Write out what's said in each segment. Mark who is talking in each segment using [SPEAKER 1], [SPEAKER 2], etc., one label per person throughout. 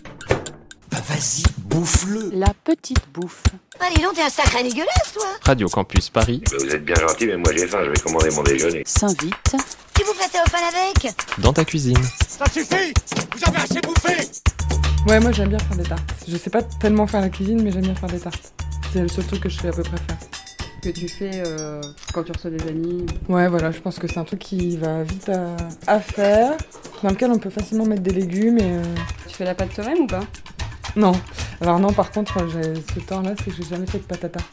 [SPEAKER 1] Bah, Vas-y, bouffe-le.
[SPEAKER 2] La petite bouffe.
[SPEAKER 3] Allez, donc t'es un sacré dégueulasse, toi
[SPEAKER 4] Radio Campus Paris,
[SPEAKER 5] Ben, Vous êtes bien gentil, mais moi j'ai faim, je vais commander mon déjeuner.
[SPEAKER 2] S'invite.
[SPEAKER 3] Tu vous prêtais au fan avec
[SPEAKER 4] dans ta cuisine.
[SPEAKER 6] Ça suffit Vous avez assez bouffé
[SPEAKER 7] Ouais, moi j'aime bien faire des tartes. Je sais pas tellement faire la cuisine, mais j'aime bien faire des tartes. C'est le seul truc que je sais à peu près faire.
[SPEAKER 8] que tu fais euh, quand tu reçois des amis.
[SPEAKER 7] Ouais, voilà, je pense que c'est un truc qui va vite à, à faire, dans lequel on peut facilement mettre des légumes et. euh,
[SPEAKER 8] Tu fais la pâte toi-même ou pas
[SPEAKER 7] Non. Alors, non, par contre, euh, j'ai ce tort-là, c'est que j'ai jamais fait de pâte à tarte.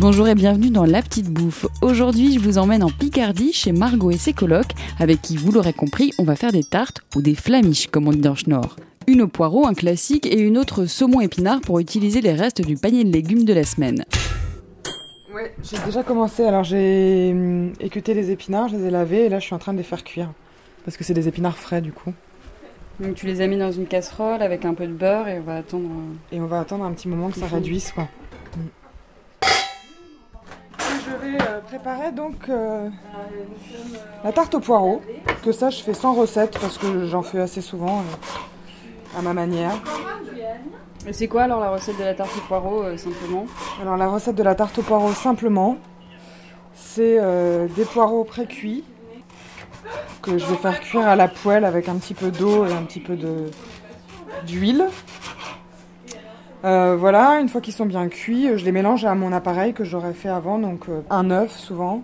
[SPEAKER 2] Bonjour et bienvenue dans La Petite Bouffe. Aujourd'hui, je vous emmène en Picardie chez Margot et ses colocs, avec qui, vous l'aurez compris, on va faire des tartes ou des flamiches, comme on dit dans le Schnorr. Une au poireau, un classique, et une autre saumon épinard pour utiliser les restes du panier de légumes de la semaine.
[SPEAKER 7] Ouais, j'ai déjà commencé. Alors, j'ai hum, écuté les épinards, je les ai lavés et là, je suis en train de les faire cuire. Parce que c'est des épinards frais, du coup.
[SPEAKER 8] Donc tu les as mis dans une casserole avec un peu de beurre et on va attendre. euh,
[SPEAKER 7] Et on va attendre un petit moment que ça
[SPEAKER 8] Mhm.
[SPEAKER 7] réduise, quoi. Mm. Je vais euh, préparer donc euh, la tarte au poireau. Que ça, je fais sans recette parce que j'en fais assez souvent euh, à ma manière.
[SPEAKER 8] Et c'est quoi alors la recette de la tarte au poireau euh, simplement
[SPEAKER 7] Alors la recette de la tarte au poireau simplement, c'est euh, des poireaux pré-cuits que je vais faire cuire à la poêle avec un petit peu d'eau et un petit peu de d'huile. Euh, voilà, une fois qu'ils sont bien cuits, je les mélange à mon appareil que j'aurais fait avant, donc euh, un œuf souvent,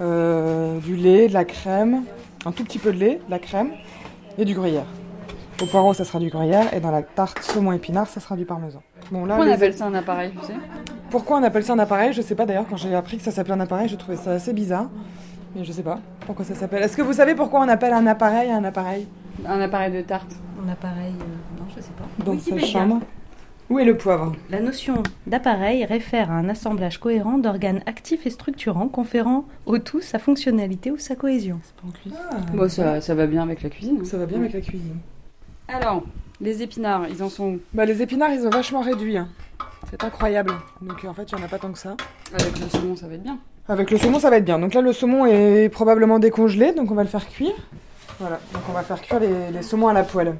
[SPEAKER 7] euh, du lait, de la crème, un tout petit peu de lait, de la crème et du gruyère. Au poireau, ça sera du gruyère et dans la tarte saumon épinard, ça sera du parmesan. Bon là,
[SPEAKER 8] Pourquoi on
[SPEAKER 7] les
[SPEAKER 8] appelle ça un appareil, tu sais
[SPEAKER 7] pourquoi on appelle ça un appareil Je sais pas d'ailleurs, quand j'ai appris que ça s'appelait un appareil, je trouvais ça assez bizarre. Mais je sais pas pourquoi ça s'appelle. Est-ce que vous savez pourquoi on appelle un appareil un appareil
[SPEAKER 8] Un appareil de tarte.
[SPEAKER 9] Un appareil, euh, non, je sais pas.
[SPEAKER 7] dans sa
[SPEAKER 9] Wikipédia.
[SPEAKER 7] chambre Où est le poivre
[SPEAKER 9] La notion d'appareil réfère à un assemblage cohérent d'organes actifs et structurants conférant au tout sa fonctionnalité ou sa cohésion. Ah.
[SPEAKER 8] Bon, ça, ça va bien avec la cuisine. hein.
[SPEAKER 7] Ça va bien avec la cuisine.
[SPEAKER 8] Alors, les épinards, ils en sont où
[SPEAKER 7] Bah les épinards, ils ont vachement réduit. hein. C'est incroyable. Donc euh, en fait, il y en a pas tant que ça.
[SPEAKER 8] Avec le saumon, ça va être bien.
[SPEAKER 7] Avec le saumon, ça va être bien. Donc là, le saumon est probablement décongelé, donc on va le faire cuire. Voilà, donc on va faire cuire les, les saumons à la poêle.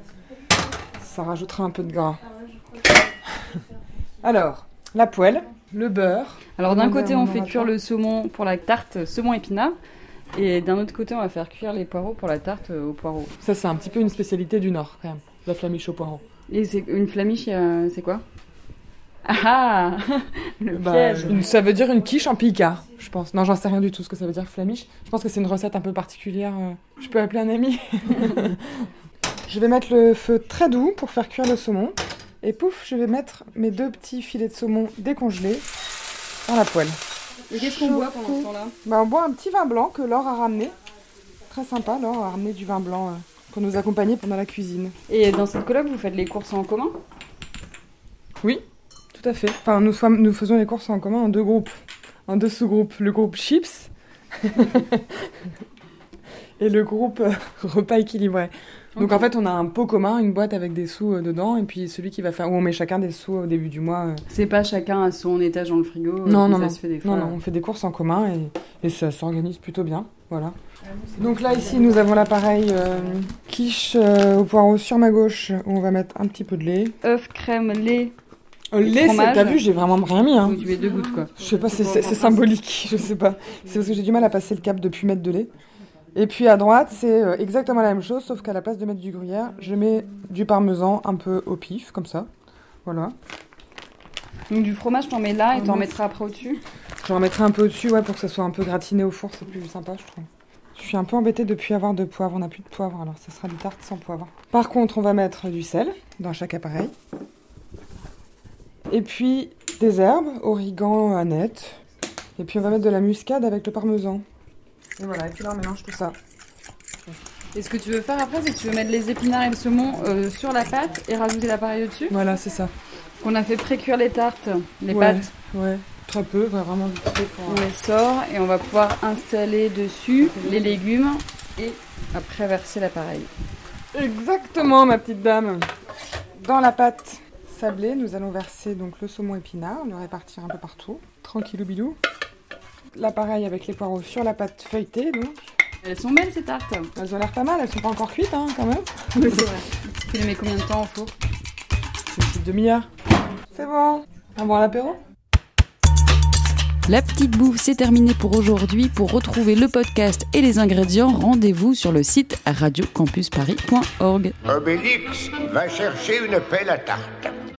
[SPEAKER 7] Ça rajoutera un peu de gras. Alors, la poêle, le beurre.
[SPEAKER 8] Alors d'un
[SPEAKER 7] Non, mais
[SPEAKER 8] côté,
[SPEAKER 7] on
[SPEAKER 8] on
[SPEAKER 7] en
[SPEAKER 8] fait
[SPEAKER 7] aura
[SPEAKER 8] cuire
[SPEAKER 7] pas.
[SPEAKER 8] le saumon pour la tarte euh, saumon épinard. Et d'un autre côté, on va faire cuire les poireaux pour la tarte euh, aux poireaux.
[SPEAKER 7] Ça, c'est un petit peu une spécialité du Nord, quand même. La flamiche au poireau.
[SPEAKER 8] Et c'est une flamiche, euh, c'est quoi Ah ah Le
[SPEAKER 7] Bah,
[SPEAKER 8] piège
[SPEAKER 7] une- ça veut dire une quiche en picard, je pense. Non, j'en sais rien du tout ce que ça veut dire flamiche. Je pense que c'est une recette un peu particulière. euh, Je peux appeler un ami. je vais mettre le feu très doux pour faire cuire le saumon. Et pouf, je vais mettre mes deux petits filets de saumon décongelés dans la poêle.
[SPEAKER 8] Et qu'est-ce qu'on boit pendant ce temps-là
[SPEAKER 7] Bah, on boit un petit vin blanc que Laure a ramené. Très sympa, Laure a ramené du vin blanc euh, pour nous accompagner pendant la cuisine.
[SPEAKER 8] Et dans cette coloc, vous faites les courses en commun
[SPEAKER 7] Tout à fait. Enfin, nous, soim- nous faisons les courses en commun en deux groupes, en deux sous-groupes. Le groupe chips et le groupe euh, repas équilibré. Donc en fait, on a un pot commun, une boîte avec des sous euh, dedans, et puis celui qui va faire où on met chacun des sous au début du mois. euh.
[SPEAKER 8] C'est pas chacun à son étage dans le frigo euh,
[SPEAKER 7] Non,
[SPEAKER 8] comme
[SPEAKER 7] non,
[SPEAKER 8] ça
[SPEAKER 7] non.
[SPEAKER 8] se fait des fois.
[SPEAKER 7] Non, non, on fait des courses en commun et, et ça s'organise plutôt bien. Voilà.
[SPEAKER 8] Ah,
[SPEAKER 7] Donc là, ici, nous avons l'appareil euh, quiche euh, au poireau sur ma gauche où on va mettre un petit peu de lait.
[SPEAKER 8] Œufs, crème, lait,
[SPEAKER 7] Euh, lait, c'est-
[SPEAKER 8] fromage.
[SPEAKER 7] t'as vu, j'ai vraiment rien mis. Hein.
[SPEAKER 8] vous tuez deux gouttes quoi.
[SPEAKER 7] Je sais pas, c'est
[SPEAKER 8] C'est pour
[SPEAKER 7] c'est-
[SPEAKER 8] en
[SPEAKER 7] c'est
[SPEAKER 8] faire
[SPEAKER 7] symbolique, je sais pas. C'est parce que j'ai du mal à passer le cap depuis mettre de lait. Et puis à droite, c'est euh, exactement la même chose, sauf qu'à la place de mettre du gruyère, je mets du parmesan un peu au pif, comme ça. Voilà.
[SPEAKER 8] Donc du fromage, t'en mets là et
[SPEAKER 7] Oh,
[SPEAKER 8] t'en
[SPEAKER 7] mince.
[SPEAKER 8] mettras après au-dessus.
[SPEAKER 7] Je remettrai un peu au-dessus, ouais, pour que ça soit un peu gratiné au four, c'est plus sympa, je trouve. Je suis un peu embêtée de plus avoir de poivre, on n'a plus de poivre, alors ça sera des tartes sans poivre. Par contre, on va mettre du sel dans chaque appareil. Et puis des herbes, origan, aneth. Et puis on va mettre de la muscade avec le parmesan. Et voilà, et puis là on mélange tout ça.
[SPEAKER 8] Et ce que tu veux faire après, c'est que tu veux mettre les épinards et le saumon euh, sur la pâte et rajouter l'appareil au-dessus.
[SPEAKER 7] Voilà, c'est ça.
[SPEAKER 8] On a fait pré-cuire les tartes, les
[SPEAKER 7] Ouais.
[SPEAKER 8] pâtes,
[SPEAKER 7] Ouais, très peu, ouais, vraiment vite fait pour.
[SPEAKER 8] on les sort et on va pouvoir installer dessus les légumes et après verser l'appareil.
[SPEAKER 7] Exactement, ma petite dame. Dans la pâte sablée, nous allons verser donc le saumon épinard, le répartir un peu partout, tranquillou bilou. L'appareil avec les poireaux sur la pâte feuilletée, donc
[SPEAKER 8] Elles sont belles ces tartes.
[SPEAKER 7] elles ont l'air pas mal, elles sont pas encore cuites hein, quand même.
[SPEAKER 8] Oui, c'est vrai. Tu les mets combien de temps au four
[SPEAKER 7] C'est petite demi-heure. C'est bon. On va boire l'apéro
[SPEAKER 2] La petite bouffe, c'est terminé pour aujourd'hui. Pour retrouver le podcast et les ingrédients, rendez-vous sur le site radiocampusparis.org.
[SPEAKER 1] Obélix va chercher une pelle à tarte.